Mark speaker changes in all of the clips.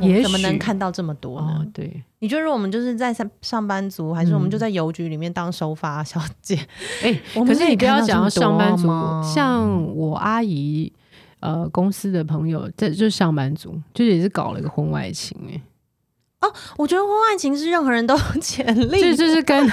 Speaker 1: 也
Speaker 2: 我怎么能
Speaker 1: 许
Speaker 2: 看到这么多呢？
Speaker 1: 哦，对，
Speaker 2: 你觉得如果我们就是在上上班族，还是我们就在邮局里面当收发小姐？
Speaker 1: 哎、
Speaker 2: 我们
Speaker 1: 可是
Speaker 2: 可以
Speaker 1: 你不要
Speaker 2: 看到这
Speaker 1: 讲
Speaker 2: 么
Speaker 1: 到上 班族
Speaker 2: 多吗，
Speaker 1: 像我阿姨，呃，公司的朋友，这就是上班族，就也是搞了一个婚外情、哎，
Speaker 2: 我觉得婚外情是任何人都 有潜力，
Speaker 1: 这就是 跟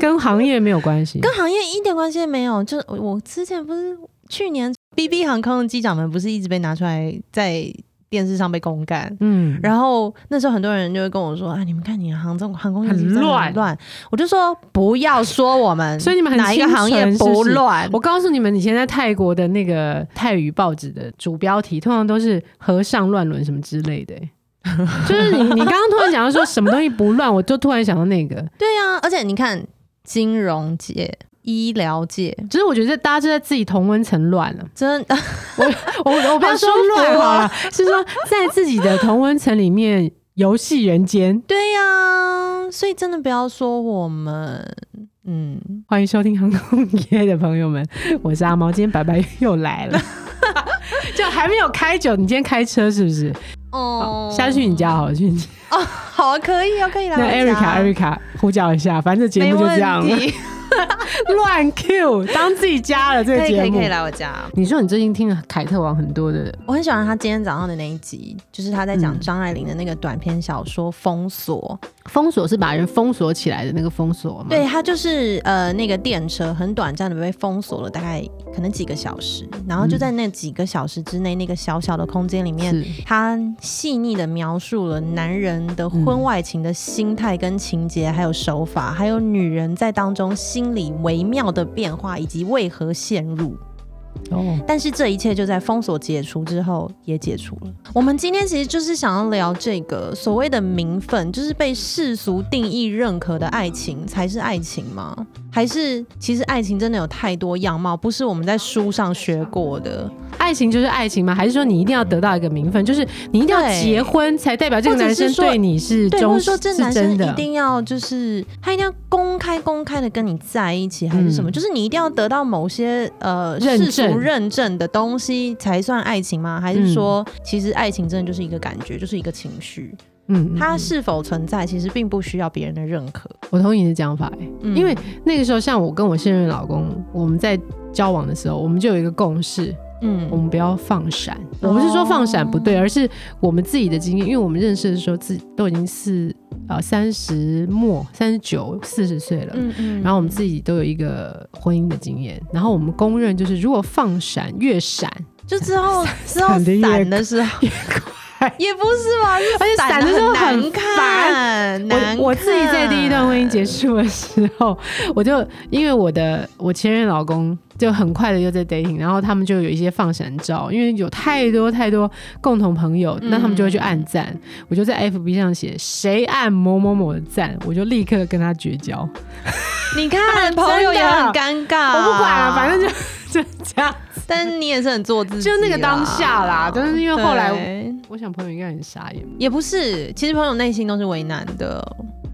Speaker 1: 跟行业没有关系，
Speaker 2: 跟行业一点关系也没有。就是我之前不是去年 BB 航空的机长们不是一直被拿出来在电视上被公干。
Speaker 1: 嗯，
Speaker 2: 然后那时候很多人就会跟我说：“啊，你们看你的航空航空业
Speaker 1: 很
Speaker 2: 真的
Speaker 1: 乱
Speaker 2: 乱。”我就说：“不要说我们，
Speaker 1: 所以你们很
Speaker 2: 哪一个行业
Speaker 1: 清纯是
Speaker 2: 不
Speaker 1: 不是
Speaker 2: 乱？
Speaker 1: 我告诉你们，你现在泰国的那个泰语报纸的主标题，通常都是“和尚乱伦”什么之类的、欸就是你，你刚刚突然讲到说什么东西不乱，我就突然想到那个。
Speaker 2: 对呀、而且你看金融界、医疗界，
Speaker 1: 只是我觉得大家就在自己同温层乱了。
Speaker 2: 真啊的
Speaker 1: 我我不要说乱好
Speaker 2: 好
Speaker 1: 了，是说在自己的同温层里面游戏人间。
Speaker 2: 对呀、所以真的不要说我们，嗯，
Speaker 1: 欢迎收听航空业的朋友们，我是阿毛，今天白 白又来 了。就还没有开酒，你今天开车是不是？
Speaker 2: 哦
Speaker 1: 下次去你家好了，去你家。
Speaker 2: 好，可以啊，可以来我
Speaker 1: 那
Speaker 2: 家。
Speaker 1: Erica，Erica 呼叫一下，反正这节
Speaker 2: 没
Speaker 1: 目就这
Speaker 2: 问
Speaker 1: 样了，
Speaker 2: 题，
Speaker 1: 乱 Q 当自己家了。这
Speaker 2: 可
Speaker 1: 个
Speaker 2: 以
Speaker 1: 节
Speaker 2: 可以
Speaker 1: 目
Speaker 2: 可以来我家。
Speaker 1: 你说你最近听了凯特王很多的，
Speaker 2: 我很喜欢他今天早上的那一集，就是他在讲
Speaker 1: 嗯
Speaker 2: 张爱玲的那个短篇小说《封锁》。
Speaker 1: 封锁是把人封锁起来的那个封锁吗？
Speaker 2: 对，他就是呃那个电车很短暂的被封锁了，大概可能几个小时，然后就在那几个小时之内，那个小小的空间里面，
Speaker 1: 是
Speaker 2: 他细腻的描述了男人的婚外情的心态跟情节，还有手法，还有女人在当中心理微妙的变化，以及为何陷入。
Speaker 1: 哦，
Speaker 2: 但是这一切就在封锁解除之后也解除了。我们今天其实就是想要聊这个所谓的名分，就是被世俗定义认可的爱情才是爱情吗？还是其实爱情真的有太多样貌，不是我们在书上学过的？
Speaker 1: 爱情就是爱情吗？还是说你一定要得到一个名分，就是你一定要
Speaker 2: 对
Speaker 1: 结婚才代表这个
Speaker 2: 或者
Speaker 1: 男
Speaker 2: 是
Speaker 1: 生
Speaker 2: 说
Speaker 1: 对你是
Speaker 2: 对，或
Speaker 1: 忠
Speaker 2: 者说
Speaker 1: 是
Speaker 2: 这男生
Speaker 1: 真
Speaker 2: 一
Speaker 1: 的？
Speaker 2: 定要就是他一定要公开公开的跟你在一起，还是什么？
Speaker 1: 嗯
Speaker 2: 就是你一定要得到某些呃
Speaker 1: 认
Speaker 2: 世俗
Speaker 1: 证
Speaker 2: 认证的东西才算爱情吗？还是说、
Speaker 1: 嗯
Speaker 2: 其实爱情真的就是一个感觉，就是一个情绪？
Speaker 1: 嗯，嗯
Speaker 2: 它
Speaker 1: 嗯
Speaker 2: 是否存在，其实并不需要别人的认可，
Speaker 1: 我同意你的讲法、欸，
Speaker 2: 嗯
Speaker 1: 因为那个时候像我跟我现任老公，我们在交往的时候，我们就有一个共识，我
Speaker 2: 嗯，
Speaker 1: 们不要放闪。我不是说放闪不对，
Speaker 2: 哦
Speaker 1: 而是我们自己的经验，因为我们认识的时候自己都已经是呃三十末、三十九、四十岁了。
Speaker 2: 嗯嗯
Speaker 1: 然后我们自己都有一个婚姻的经验，然后我们公认就是，如果放闪越闪，
Speaker 2: 就之 后之后
Speaker 1: 闪得越
Speaker 2: 散的时候
Speaker 1: 快
Speaker 2: 也不是 吧，
Speaker 1: 而且闪
Speaker 2: 散
Speaker 1: 的时候
Speaker 2: 难
Speaker 1: 很烦。
Speaker 2: 看，难看
Speaker 1: 我我自己在第一段婚姻结束的时候， 我就因为我的我前任老公就很快的又在 dating，然后他们就有一些放闪照，因为有太多太多共同朋友，那他们就会去按赞，我就在 FB 上写谁按某某某的赞，我就立刻跟他绝交，
Speaker 2: 你 看朋友也很尴尬，
Speaker 1: 我不管
Speaker 2: 啊
Speaker 1: 了，反正就就 这样，
Speaker 2: 但是你也是很做自己啊啦，
Speaker 1: 就那个当下啦。但是因为后来，
Speaker 2: 对
Speaker 1: 我想朋友应该很傻眼，
Speaker 2: 也不是，其实朋友内心都是为难的，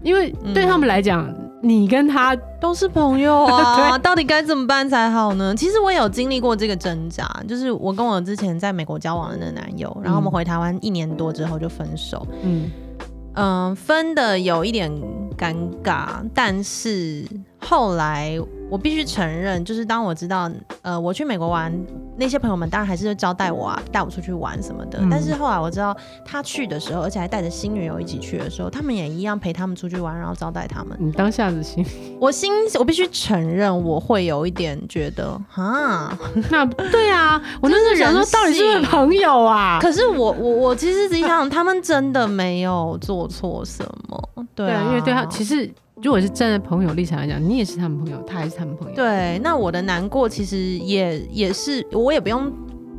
Speaker 1: 因为对他们来讲，你跟他
Speaker 2: 都是朋友 啊，
Speaker 1: 对
Speaker 2: 到底该怎么办才好呢？其实我有经历过这个挣扎，就是我跟我之前在美国交往的那男友，然后我们
Speaker 1: 嗯
Speaker 2: 回台湾一年多之后就分手，
Speaker 1: 嗯
Speaker 2: 嗯，分的有一点尴尬，但是后来我必须承认，就是当我知道，呃，我去美国玩，那些朋友们当然还是招待我啊，带我出去玩什么的。
Speaker 1: 嗯
Speaker 2: 但是后来我知道他去的时候，而且还带着新女友一起去的时候，他们也一样陪他们出去玩，然后招待他们。
Speaker 1: 你当下的心，
Speaker 2: 我心，我必须承认，我会有一点觉得，哈，
Speaker 1: 那对 啊，我那时候想说
Speaker 2: 这是人性
Speaker 1: 到底是不是朋友啊？
Speaker 2: 可是我我我其实仔细想想，他们真的没有做错什么，对
Speaker 1: 对
Speaker 2: 啊
Speaker 1: 啊，因为对他其实如果是站在朋友立场来讲，你也是他们朋友，他还是他们朋友。，
Speaker 2: 对，那我的难过其实也也是，我也不用。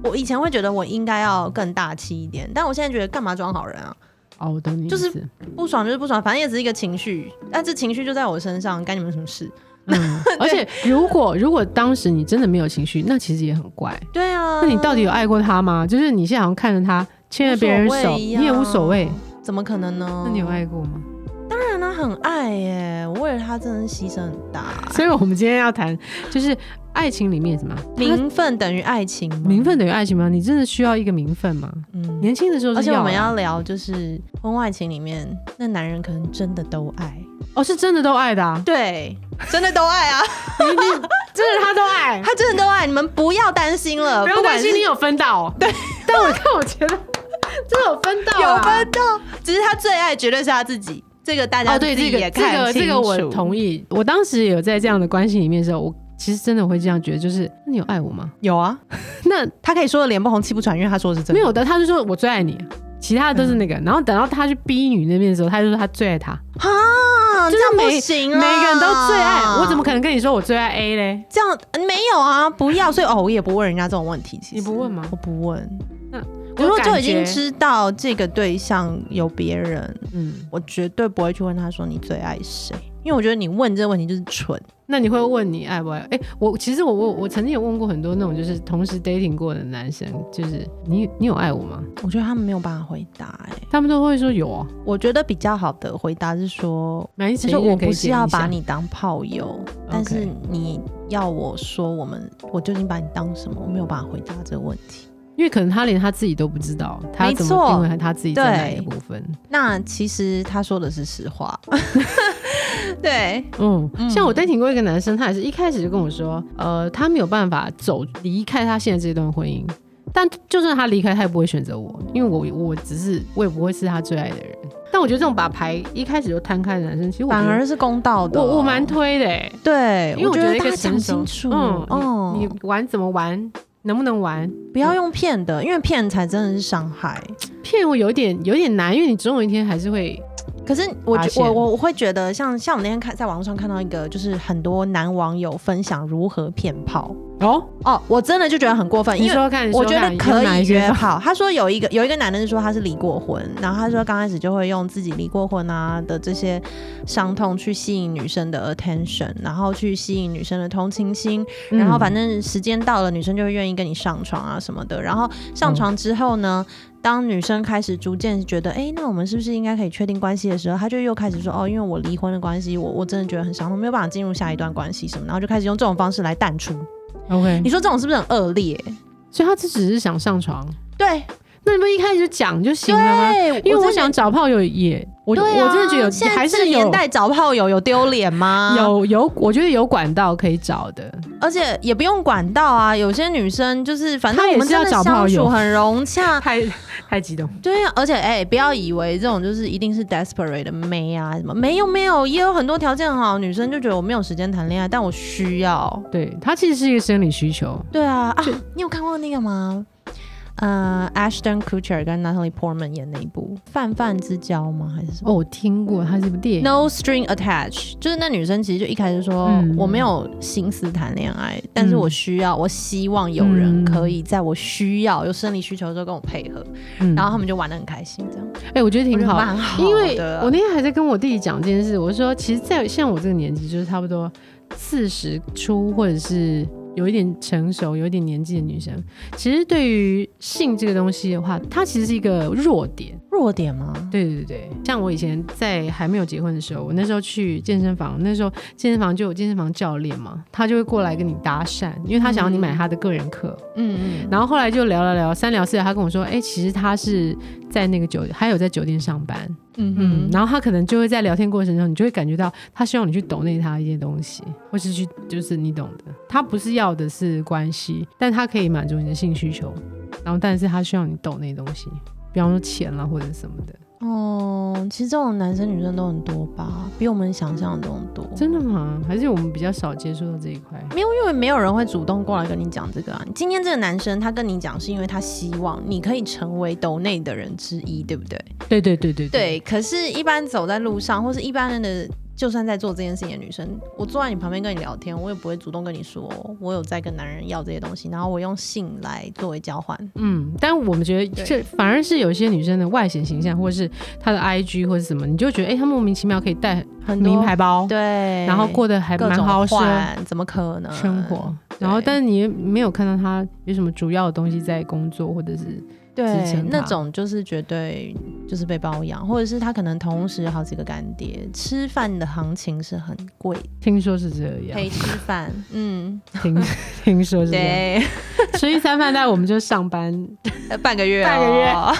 Speaker 2: 我以前会觉得我应该要更大气一点，但我现在觉得干嘛装好人啊？
Speaker 1: 哦，我懂你意
Speaker 2: 就是
Speaker 1: 思。
Speaker 2: 不爽就是不爽，反正也只是一个情绪，但这情绪就在我身上，干你们什么事？
Speaker 1: 嗯，而且如果如果当时你真的没有情绪，那其实也很怪。
Speaker 2: 对啊，
Speaker 1: 那你到底有爱过他吗？就是你现在好像看着他牵着别人
Speaker 2: 无所
Speaker 1: 手，
Speaker 2: 谓呀
Speaker 1: 你也无所谓，
Speaker 2: 怎么可能呢？
Speaker 1: 那你有爱过吗？
Speaker 2: 当然然他很爱耶，我为了他真的牺牲很大。
Speaker 1: 所以我们今天要谈就是爱情里面什么
Speaker 2: 名分等于爱情吗？
Speaker 1: 名，分等于爱情吗？你真的需要一个名分吗？
Speaker 2: 嗯，
Speaker 1: 年轻的时候
Speaker 2: 而
Speaker 1: 是
Speaker 2: 且
Speaker 1: 要啊、
Speaker 2: 我们要聊就是婚外情里面，那男人可能真的都爱，
Speaker 1: 哦，是真的都爱的、啊，
Speaker 2: 对，真的都爱啊，
Speaker 1: 真的他都爱，
Speaker 2: 他真的都爱，你们不要担心了，
Speaker 1: 呃不用
Speaker 2: 管
Speaker 1: 担
Speaker 2: 是
Speaker 1: 心你有分到。对， 但我但我觉得 真的有分到、啊，
Speaker 2: 有分到，只是他最爱绝对是他自己，这个大家
Speaker 1: 哦，
Speaker 2: 自
Speaker 1: 对，
Speaker 2: 己
Speaker 1: 这
Speaker 2: 也
Speaker 1: 个这
Speaker 2: 看
Speaker 1: 个
Speaker 2: 清
Speaker 1: 这
Speaker 2: 楚。
Speaker 1: 个我同意。我当时也有在这样的关系里面的时候，我其实真的会这样觉得，就是那你有爱我吗？
Speaker 2: 有啊，
Speaker 1: 那
Speaker 2: 他可以说的脸不红气不喘，因为他说的是真
Speaker 1: 没
Speaker 2: 的。
Speaker 1: 有的，他就说我最爱你，啊其他的都是那个。然后等到他去逼女那边的时候，他就说他最爱他，
Speaker 2: 啊，
Speaker 1: 就是
Speaker 2: 这样不
Speaker 1: 每
Speaker 2: 行啊，
Speaker 1: 每个人都最爱。我怎么可能跟你说我最爱 A 嘞？
Speaker 2: 这样？呃没有啊，不 要。所以哦，我也不问人家这种问题。其实
Speaker 1: 你不问吗
Speaker 2: 我不问。
Speaker 1: 那
Speaker 2: 我如果就
Speaker 1: 感
Speaker 2: 已经
Speaker 1: 觉
Speaker 2: 知道这个对象有别人，
Speaker 1: 嗯，
Speaker 2: 我绝对不会去问他说你最爱谁，因为我觉得你问这个问题就是蠢。
Speaker 1: 那你会问你爱不爱？哎、我其实我我我曾经有问过很多那种就是同时 dating 过的男生，就是你你有爱我吗？
Speaker 2: 我觉得他们没有办法回答、哎，
Speaker 1: 他们都会说有啊。
Speaker 2: 我觉觉得比较好的回答是说，
Speaker 1: 蛮
Speaker 2: 其
Speaker 1: 其
Speaker 2: 实我不是要把你当炮友，但是你要我说我们，我究竟把你当什么？我没有办法回答这个问题。
Speaker 1: 因为可能他连他自己都不知道，他
Speaker 2: 没
Speaker 1: 怎
Speaker 2: 错
Speaker 1: 么定位他自己在哪一个
Speaker 2: 对
Speaker 1: 部分？
Speaker 2: 那其实他说的是实 话，对，
Speaker 1: 嗯，
Speaker 2: 嗯
Speaker 1: 像我 dating 过一个男生，他也是一开始就跟我说，呃，他没有办法走离开他现在这段婚姻，但就算他离开，他也不会选择我，因为我我只是我也不会是他最爱的人。但我觉得这种把牌一开始就摊开的男生，其实我觉
Speaker 2: 反
Speaker 1: 得
Speaker 2: 而是公道的。
Speaker 1: 我我蛮推的、欸，
Speaker 2: 对，
Speaker 1: 因为我
Speaker 2: 觉
Speaker 1: 觉得一
Speaker 2: 大
Speaker 1: 个
Speaker 2: 家讲
Speaker 1: 成熟
Speaker 2: 清楚，
Speaker 1: 嗯，
Speaker 2: 哦
Speaker 1: 你你玩怎么玩，能不能玩？
Speaker 2: 不要用骗的，因为骗才真的是伤害。
Speaker 1: 骗我有点有点难，因为你总有一天还是会
Speaker 2: 可是我
Speaker 1: 发
Speaker 2: 觉
Speaker 1: 现
Speaker 2: 我我我会觉得像，像我那天看在网络上看到一个，就是很多男网友分享如何骗炮
Speaker 1: 哦，
Speaker 2: 哦，我真的就觉得很过分，
Speaker 1: 你
Speaker 2: 因为。
Speaker 1: 说看，
Speaker 2: 我
Speaker 1: 你
Speaker 2: 觉
Speaker 1: 说看
Speaker 2: 得
Speaker 1: 有
Speaker 2: 可
Speaker 1: 哪一
Speaker 2: 以
Speaker 1: 些
Speaker 2: 约
Speaker 1: 方
Speaker 2: 炮。他说有一个有一个男的是说他是离过婚，然后他说刚开始就会用自己离过婚啊的这些伤痛去吸引女生的 attention，然后去吸引女生的同情心，然
Speaker 1: 嗯
Speaker 2: 后反正时间到了，女生就会愿意跟你上床啊什么的。然后
Speaker 1: 嗯
Speaker 2: 上床之后呢，当女生开始逐渐觉得，哎、那我们是不是应该可以确定关系的时候，她就又开始说，哦，因为我离婚的关系，我我真的觉得很伤痛，没有办法进入下一段关系什么，然后就开始用这种方式来淡出。
Speaker 1: 嗯 OK，
Speaker 2: 你说这种是不是很恶劣？
Speaker 1: 所以他只只是想上床，
Speaker 2: 对
Speaker 1: 那你不一开始就讲就行了吗？
Speaker 2: 对，
Speaker 1: 因为我
Speaker 2: 真的
Speaker 1: 想找炮友也，我、
Speaker 2: 对、啊、
Speaker 1: 我真的觉得
Speaker 2: 现
Speaker 1: 有
Speaker 2: 在
Speaker 1: 还
Speaker 2: 这
Speaker 1: 是
Speaker 2: 个
Speaker 1: 有
Speaker 2: 年代啊找炮友有丢脸吗？，
Speaker 1: 有有，我觉得有管道可以找的。
Speaker 2: 而且也不用管道啊。有些女生就是，反
Speaker 1: 她
Speaker 2: 正
Speaker 1: 也
Speaker 2: 我们
Speaker 1: 是要
Speaker 2: 真的
Speaker 1: 找炮
Speaker 2: 相
Speaker 1: 友
Speaker 2: 处很融洽。
Speaker 1: 太太激动，
Speaker 2: 对啊，而且哎、不要以为这种就是一定是 desperate 的妹啊什么，没有没有，也有很多条件很好的女生就觉得我没有时间谈恋爱，但我需要。
Speaker 1: 对他其实是一个生理需求。
Speaker 2: 对啊啊，你有看过那个吗？呃，Ashton Kutcher 跟 Natalie Portman 演那一部《泛泛之交》吗？还是什么？
Speaker 1: 哦，我听过，它是一部电影。
Speaker 2: No string attached，就是那女生其实就一开始说、
Speaker 1: 嗯
Speaker 2: 我没有心思谈恋爱，但是我需要，我希望有人
Speaker 1: 嗯
Speaker 2: 可以在我需要有生理需求的时候跟我配合，
Speaker 1: 嗯
Speaker 2: 然后他们就玩的很开心，这样
Speaker 1: 哎、我觉得挺
Speaker 2: 我
Speaker 1: 好
Speaker 2: 觉得蛮好的啊
Speaker 1: 因为我那天还在跟我弟弟讲这件事，我说其实在，像我这个年纪，就是差不多四十出，或者是有一点成熟、有一点年纪的女生，其实对于性这个东西的话，它其实是一个弱点。
Speaker 2: 弱点吗？
Speaker 1: 对对对，像我以前在还没有结婚的时候，我那时候去健身房，那时候健身房就有健身房教练嘛，他就会过来跟你搭讪，因为他想要你买他的个人课。
Speaker 2: 嗯嗯，
Speaker 1: 然后后来就聊了聊，三聊四聊，他跟我说，哎、其实他是在那个酒，还有在酒店上班，
Speaker 2: 嗯
Speaker 1: 嗯
Speaker 2: 哼，，
Speaker 1: 然后他可能就会在聊天过程中，你就会感觉到他希望你去懂内他一些东西，或是去就是你懂的，他不是要的是关系，但他可以满足你的性需求，然后但是他需要你懂那东西，比方说钱啦或者什么的，
Speaker 2: 哦，其实这种男生女生都很多吧，比我们想象中多。
Speaker 1: 真的吗？还是我们比较少接触到这一块？
Speaker 2: 没有，因为没有人会主动过来跟你讲这个啊。今天这个男生他跟你讲，是因为他希望你可以成为抖内的人之一，对不对？
Speaker 1: 对对对对
Speaker 2: 对，可是，一般走在路上，或是一般人的，就算在做这件事情的女生，我坐在你旁边跟你聊天，我也不会主动跟你说我有在跟男人要这些东西，然后我用性来作为交换。
Speaker 1: 嗯，但我们觉得
Speaker 2: 对
Speaker 1: 这反而是有些女生的外显形象，或是她的 IG 或是什么，你就觉得哎、她莫名其妙可以带
Speaker 2: 很多
Speaker 1: 名牌包，
Speaker 2: 对，
Speaker 1: 然后过得还
Speaker 2: 各
Speaker 1: 蛮
Speaker 2: 种
Speaker 1: 好生
Speaker 2: 换，怎么可能
Speaker 1: 生活，
Speaker 2: 呃对
Speaker 1: 然后但是你也没有看到他有什么主要的东西在工作，或者是支
Speaker 2: 对
Speaker 1: 撑，
Speaker 2: 那
Speaker 1: 他
Speaker 2: 种就是绝对就是被包养，或者是他可能同时好几个干爹，吃饭的行情是很贵，
Speaker 1: 听说是这样
Speaker 2: 陪，吃饭， 嗯，
Speaker 1: 听 听说是这样。
Speaker 2: 对，
Speaker 1: 所以三饭袋我们就 上班，
Speaker 2: 半个月、哦
Speaker 1: 半个月而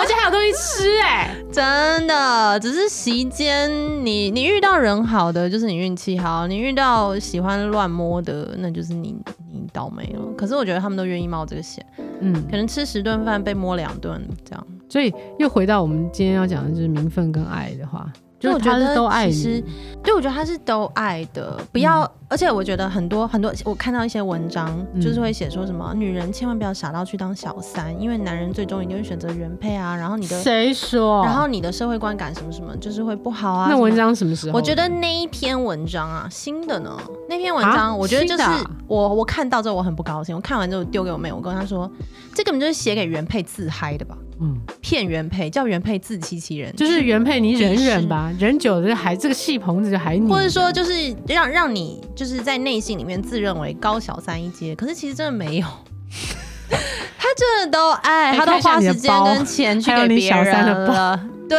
Speaker 2: 月，
Speaker 1: 且还有东西吃哎、
Speaker 2: 真的，只是席间你你遇到人好的，就是你运气好；你遇到喜欢乱摸的，那就是你你倒霉了。可是我觉得他们都愿意冒这个险，
Speaker 1: 嗯
Speaker 2: 可，能吃十顿饭被摸两顿这样。
Speaker 1: 所以又回到我们今天要讲的，就是名分跟爱的话，
Speaker 2: 就
Speaker 1: 就是
Speaker 2: 我觉
Speaker 1: 他
Speaker 2: 得
Speaker 1: 是都爱
Speaker 2: 其实
Speaker 1: 你，嗯
Speaker 2: 对，我觉得他是都爱的，不要。而且我觉得很多很多，我看到一些文章，
Speaker 1: 嗯
Speaker 2: 就是会写说什么、女人千万不要傻到去当小三，因为男人最终一定会选择原配啊，然后你的，
Speaker 1: 谁说？
Speaker 2: 然后你的社会观感什么什么，就是会不好啊。
Speaker 1: 哦那
Speaker 2: 什么
Speaker 1: 文，章什么时候？
Speaker 2: 我觉得那一篇文章啊，新的呢，那篇文
Speaker 1: 啊
Speaker 2: 章我觉得就是、
Speaker 1: 新的啊
Speaker 2: 我我看到之后我很不高兴，我看完之后丢给我妹，我跟她说，这根本就是写给原配自嗨的吧，
Speaker 1: 嗯，
Speaker 2: 骗原配，叫原配自欺欺人，
Speaker 1: 就是原配你忍忍吧，忍久了就还这个戏棚子就还你，
Speaker 2: 或者说就是让让你就是在内心里面自认为高小三一阶，可是其实真的没 有。他真的都爱，
Speaker 1: 哎
Speaker 2: 他都
Speaker 1: 看一下
Speaker 2: 花
Speaker 1: 你的
Speaker 2: 时间跟钱去
Speaker 1: 包还
Speaker 2: 给
Speaker 1: 有你
Speaker 2: 别
Speaker 1: 小
Speaker 2: 人
Speaker 1: 三的包
Speaker 2: 了。对，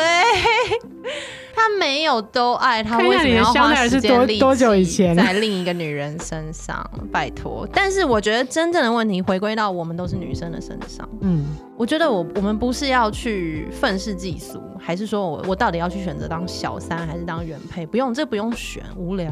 Speaker 2: 他没有都爱，他
Speaker 1: 看一
Speaker 2: 为什
Speaker 1: 下
Speaker 2: 么
Speaker 1: 你的
Speaker 2: 要
Speaker 1: 香
Speaker 2: 花
Speaker 1: 奈儿
Speaker 2: 时
Speaker 1: 是
Speaker 2: 间
Speaker 1: 多
Speaker 2: 力
Speaker 1: 多久以
Speaker 2: 气
Speaker 1: 前
Speaker 2: 在另一个女人身上？拜托！但是我觉得真正的问题回归到我们都是女生的身上。
Speaker 1: 嗯，
Speaker 2: 我觉得我我们不是要去愤世嫉俗，还是说我我到底要去选择当小三还是当原配？不用，这不用选，无聊，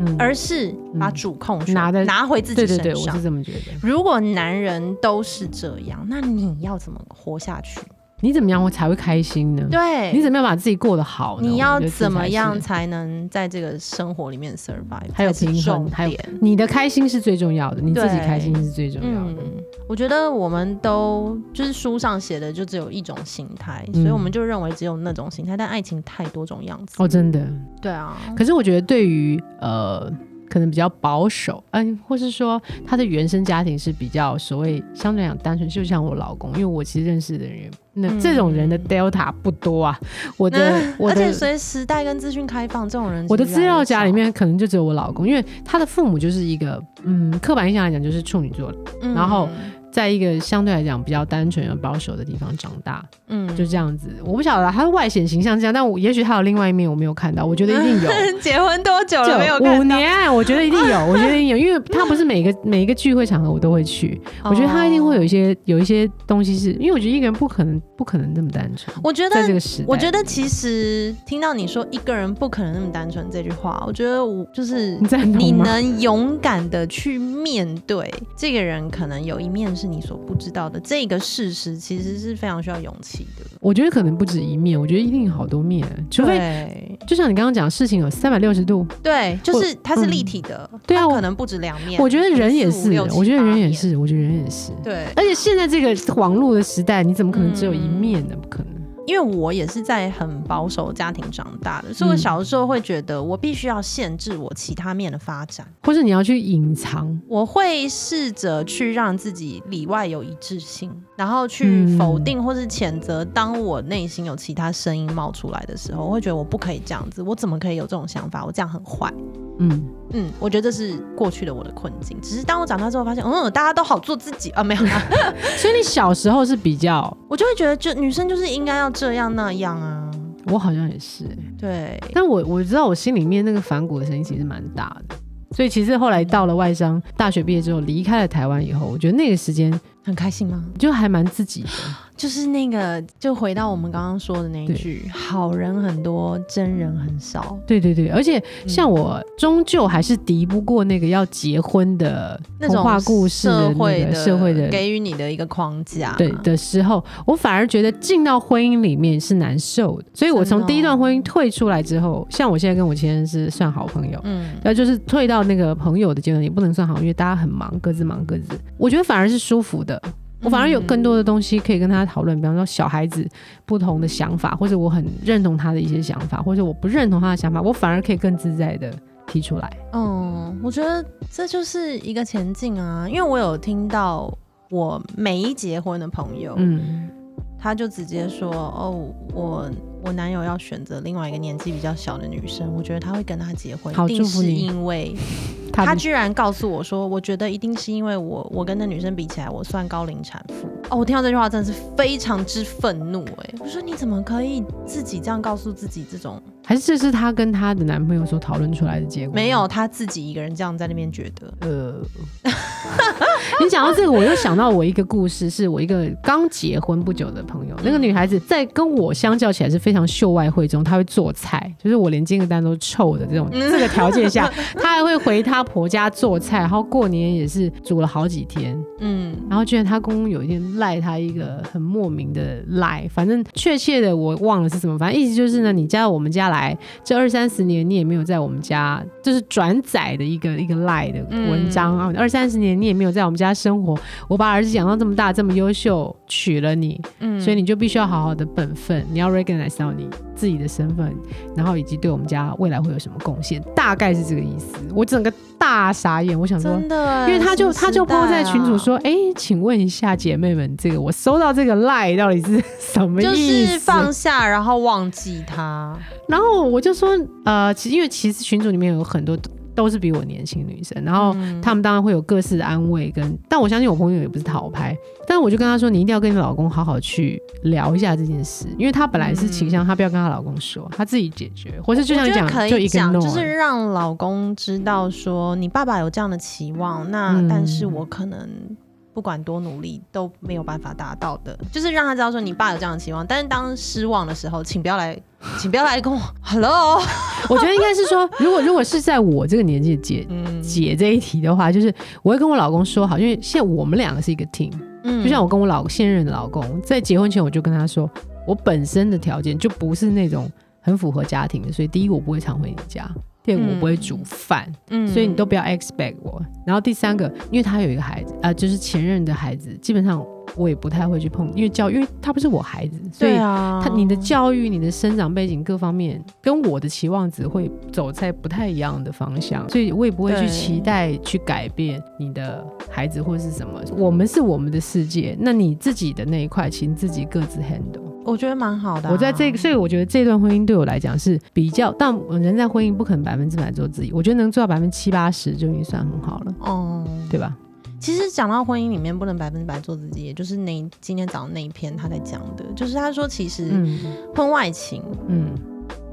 Speaker 1: 嗯
Speaker 2: 而是把主控权、
Speaker 1: 拿在
Speaker 2: 拿回自己
Speaker 1: 对
Speaker 2: 身
Speaker 1: 对
Speaker 2: 上。
Speaker 1: 对，我是这么觉得。
Speaker 2: 如果男人都是这样，那你要怎么活下去？
Speaker 1: 你怎么样我才会开心呢？
Speaker 2: 对，
Speaker 1: 你怎么样把自己过得好呢？
Speaker 2: 哎你要
Speaker 1: 我觉得这
Speaker 2: 怎么
Speaker 1: 才是
Speaker 2: 样才能在这个生活里面 survive？
Speaker 1: 还有
Speaker 2: 才是
Speaker 1: 平
Speaker 2: 重
Speaker 1: 衡，还有
Speaker 2: 点
Speaker 1: 你的开心是最重要的，你自己
Speaker 2: 对
Speaker 1: 开心是最重要的。
Speaker 2: 嗯，我觉得我们都就是书上写的就只有一种形态，所以
Speaker 1: 嗯
Speaker 2: 我们就认为只有那种形态，但爱情太多种样子。
Speaker 1: 哦，真的。
Speaker 2: 对啊，
Speaker 1: 可是我觉得对于呃，可能比较保守，嗯、或是说他的原生家庭是比较所谓相对来讲单纯，就像我老公，因为我其实认识的人，那
Speaker 2: 嗯
Speaker 1: 这种人的 delta 不多啊。我的、
Speaker 2: 那
Speaker 1: 我
Speaker 2: 而
Speaker 1: 的
Speaker 2: 且随着时代跟资讯开放，这种人
Speaker 1: 我的
Speaker 2: 其实
Speaker 1: 资料
Speaker 2: 越
Speaker 1: 夹
Speaker 2: 来
Speaker 1: 里
Speaker 2: 越
Speaker 1: 面可能就只有我老公，因为他的父母就是一个嗯，刻板印象来讲就是处女座，
Speaker 2: 少，嗯
Speaker 1: 然后在一个相对来讲比较单纯而保守的地方长大。
Speaker 2: 嗯，
Speaker 1: 就这样子，我不晓得他的外显形象这样，但我也许他 有另外一面我没有看到，我觉得一定有。
Speaker 2: 结婚多久了没有
Speaker 1: 就五
Speaker 2: 看到？
Speaker 1: 年，我觉得一定 有，我觉得一定有，因为他不是每个每一个聚会场合我都会去，
Speaker 2: 哦
Speaker 1: 我觉得他一定会有一些有一些东西是，因为我觉得一个人不可能不可能那么单纯
Speaker 2: 哦。，我觉
Speaker 1: 在这
Speaker 2: 得。
Speaker 1: 个时代，
Speaker 2: 我觉得其实听到你说一个人不可能那么单纯这句话，我觉得我就是
Speaker 1: 你赞同吗
Speaker 2: 你能勇敢的去面对这个人，可能有一面是你所不知道的，这个事实其实是非常需要勇气的。
Speaker 1: 我觉得可能不止一面，我觉得一定有好多面，除非
Speaker 2: 对
Speaker 1: 就像你刚刚讲，事情有三百六十度。
Speaker 2: 对，就是它是立体的，
Speaker 1: 对啊
Speaker 2: 它
Speaker 1: 我
Speaker 2: 可能不止两面。
Speaker 1: 我觉得人也
Speaker 2: 四
Speaker 1: 是
Speaker 2: 五六，七
Speaker 1: 我觉得人也
Speaker 2: 八
Speaker 1: 是，我觉得人也是。
Speaker 2: 对，
Speaker 1: 而且现在这个网络的时代，你怎么可能只有一
Speaker 2: 嗯
Speaker 1: 面呢？不可能。
Speaker 2: 因为我也是在很保守的家庭长大的，所以我小时候会觉得我必须要限制我其他面的发展，
Speaker 1: 或是你要去隐藏，
Speaker 2: 我会试着去让自己里外有一致性，然后去否定或是谴责，当我内心有其他声音冒出来的时候，我会觉得我不可以这样子，我怎么可以有这种想法？我这样很坏。
Speaker 1: 嗯，
Speaker 2: 嗯，我觉得这是过去的我的困境。只是当我长大之后，发现，嗯，大家都好做自己啊，没有啦，
Speaker 1: 所以你小时候是比较，
Speaker 2: 我就会觉得，就女生就是应该要这样那样啊。
Speaker 1: 我好像也是欸、
Speaker 2: 对，
Speaker 1: 但我我知道我心里面那个反骨的声音其实蛮大的，所以其实后来到了外商，大学毕业之后离开了台湾以后，我觉得那个时间
Speaker 2: 很开心吗？
Speaker 1: 就还蛮自己的，
Speaker 2: 就是那个，就回到我们刚刚说的那一
Speaker 1: 对
Speaker 2: 句：好人很多，真人很少。
Speaker 1: 对对对，而且像
Speaker 2: 嗯
Speaker 1: 我终究还是敌不过那个要结婚的
Speaker 2: 那
Speaker 1: 童
Speaker 2: 种
Speaker 1: 话故事的
Speaker 2: 社会
Speaker 1: 那个
Speaker 2: 的
Speaker 1: 社会的。
Speaker 2: 给予你的一个框架，
Speaker 1: 对的时候，我反而觉得进到婚姻里面是难受的，所以我
Speaker 2: 真的
Speaker 1: 从第一
Speaker 2: 哦
Speaker 1: 段婚姻退出来之后，像我现在跟我前任是算好朋友，
Speaker 2: 嗯，
Speaker 1: 那就是退到那个朋友的阶段，也不能算好，因为大家很忙，各自忙各自。我觉得反而是舒服的，我反而有更多的东西可以跟他讨论，比方说小孩子不同的想法，或者我很认同他的一些想法，或者我不认同他的想法，我反而可以更自在的提出来。
Speaker 2: 嗯，我觉得这就是一个前进啊，因为我有听到我没结婚的朋友，
Speaker 1: 嗯，
Speaker 2: 他就直接说：“哦，我我男友要选择另外一个年纪比较小的女生，我觉得他会跟她结婚，
Speaker 1: 好
Speaker 2: 一定
Speaker 1: 祝福
Speaker 2: 是
Speaker 1: 你
Speaker 2: 因为
Speaker 1: 他
Speaker 2: 他
Speaker 1: 的
Speaker 2: 居然告诉我说，我觉得一定是因为我我跟那女生比起来，我算高龄产妇。哦，我听到这句话真的是非常之愤怒哎、我说你怎么可以自己这样告诉自己这种？
Speaker 1: 还是这是她跟她的男朋友所讨论出来的结果？
Speaker 2: 没有，她自己一个人这样在那边觉得。
Speaker 1: 呃， 你讲到这个，我又想到我一个故事，是我一个刚结婚不久的朋友。那个女孩子在跟我相较起来是非常秀外慧中，她会做菜，就是我连煎个蛋都臭的这种这个条件下，她还会回她婆家做菜，然后过年也是煮了好几天。
Speaker 2: 嗯，
Speaker 1: 然后居然她公公有一天赖她一个很莫名的赖，反正确切的我忘了是什么，反正意思就是呢，你嫁到我们家来这二三十年，你也没有在我们家，就是转载的一个一个赖的文章啊，二三十年你也没有在我们家生活，我把儿子养到这么大，这么优秀，娶了你，
Speaker 2: 嗯
Speaker 1: 所以你就必须要好好的本分，你要 recognize 到你自己的身份，然后以及对我们家未来会有什么贡献，大概是这个意思。我整个大傻眼，我想说
Speaker 2: 真的欸，
Speaker 1: 因为他就
Speaker 2: 什么
Speaker 1: 他就
Speaker 2: 时代
Speaker 1: 抛在群主
Speaker 2: 啊。
Speaker 1: 说，哎、请问一下姐妹们，这个我收到这个赖到底是 什么意
Speaker 2: 就
Speaker 1: 思？
Speaker 2: 是放下，然后忘记他。
Speaker 1: 然后我就说，呃，其因为其实群组里面有很多都都是比我年轻女生，然后
Speaker 2: 嗯
Speaker 1: 她们当然会有各式的安慰跟，但我相信我朋友也不是讨拍，但我就跟她说，你一定要跟你老公好好去聊一下这件事，因为她本来是倾向她不要跟她老公说，她自己解决，或是就
Speaker 2: 嗯
Speaker 1: 像
Speaker 2: 我
Speaker 1: 你
Speaker 2: 觉得
Speaker 1: 讲
Speaker 2: 可
Speaker 1: 就
Speaker 2: 以
Speaker 1: 一个
Speaker 2: 讲，
Speaker 1: 弄，
Speaker 2: 就是让老公知道说你爸爸有这样的期望，那、
Speaker 1: 嗯
Speaker 2: 但是我可能不管多努力都没有办法达到的，就是让他知道说你爸有这样的期望，但是当失望的时候，请不要来，请不要来跟我 hello，
Speaker 1: 我觉得应该是 说，如果如果是在我这个年纪的姐
Speaker 2: 嗯
Speaker 1: 解这一题的话，就是我会跟我老公说好，因为现在我们两个是一个 team，
Speaker 2: 嗯
Speaker 1: 就像我跟我老现任的老公在结婚前，我就跟他说，我本身的条件就不是那种很符合家庭的，所以第一我不会常回你家，第二个
Speaker 2: 嗯
Speaker 1: 我不会煮饭，
Speaker 2: 嗯
Speaker 1: 所以你都不要 expect 我。然后第三个，因为他有一个孩子，啊、就是前任的孩子，基本上我也不太会去碰，因为教育，因为他不是我孩子，所以
Speaker 2: 对啊，
Speaker 1: 他你的教育、你的生长背景各方面，跟我的期望值会走在不太一样的方向，所以我也不会去
Speaker 2: 对
Speaker 1: 期待去改变你的孩子或是什么。我们是我们的世界，那你自己的那一块，请自己各自 handle。
Speaker 2: 我觉得蛮好的啊、
Speaker 1: 我在这个，所以我觉得这段婚姻对我来讲是比较，但人在婚姻不可能百分之百做自己，我觉得能做到百分之七八十就已经算很好了，
Speaker 2: 哦、
Speaker 1: 对吧？
Speaker 2: 其实讲到婚姻里面不能百分之百做自己，也就是那一今天早上那一篇他在讲的，就是他说其实
Speaker 1: 嗯
Speaker 2: 婚外情。
Speaker 1: 嗯，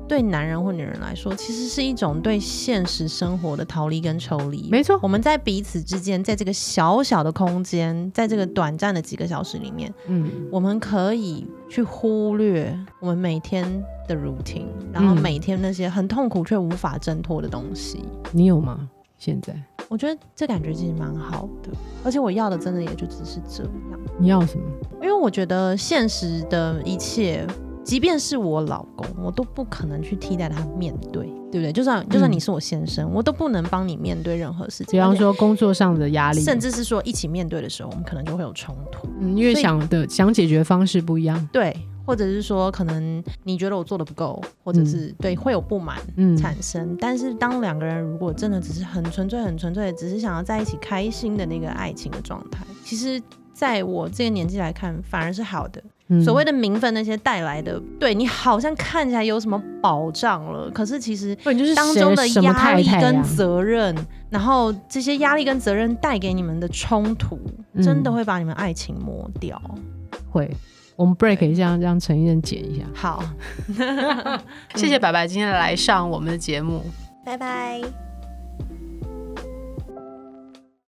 Speaker 2: 对男人或女人来说，其实是一种对现实生活的逃离跟抽离。
Speaker 1: 没错
Speaker 2: 我们在彼此之间，在这个小小的空间，在这个短暂的几个小时里面，
Speaker 1: 嗯
Speaker 2: 我们可以去忽略我们每天的 routine，然后
Speaker 1: 嗯
Speaker 2: 每天那些很痛苦却无法挣脱的东西。
Speaker 1: 你有吗？现在
Speaker 2: 我觉得这感觉其实蛮好的，而且我要的真的也就只是这样。
Speaker 1: 你要什么？
Speaker 2: 因为我觉得现实的一切，即便是我老公，我都不可能去替代他面对，对不对？就算就算你是我先生，我都不能帮你面对任何事情。
Speaker 1: 嗯比方说工作上的压
Speaker 2: 而
Speaker 1: 力，
Speaker 2: 且，甚至是说一起面对的时候，我们可能就会有冲突，
Speaker 1: 嗯，因为
Speaker 2: 所以
Speaker 1: 想的想解决方式不一样，
Speaker 2: 对，或者是说可能你觉得我做的不够，或者是、对会有不满。
Speaker 1: 嗯，
Speaker 2: 产生，但是当两个人如果真的只是很纯粹、很纯粹，只是想要在一起开心的那个爱情的状态，其实在我这个年纪来看，反而是好的。
Speaker 1: 嗯
Speaker 2: 所谓的名分那些带来的，对你好像看起来有什么保障了，可是其实
Speaker 1: 不你就是
Speaker 2: 当中的
Speaker 1: 谁什么啊
Speaker 2: 压
Speaker 1: 太
Speaker 2: 力
Speaker 1: 太
Speaker 2: 跟
Speaker 1: 呀，
Speaker 2: 责任，然后这些压力跟责任带给你们的冲突，
Speaker 1: 嗯
Speaker 2: 真的会把你们爱情磨掉。
Speaker 1: 会。我们 break 一下，让陈医生剪一下。
Speaker 2: 好，
Speaker 1: 谢谢白白今天来上我们的节目。
Speaker 3: 拜拜。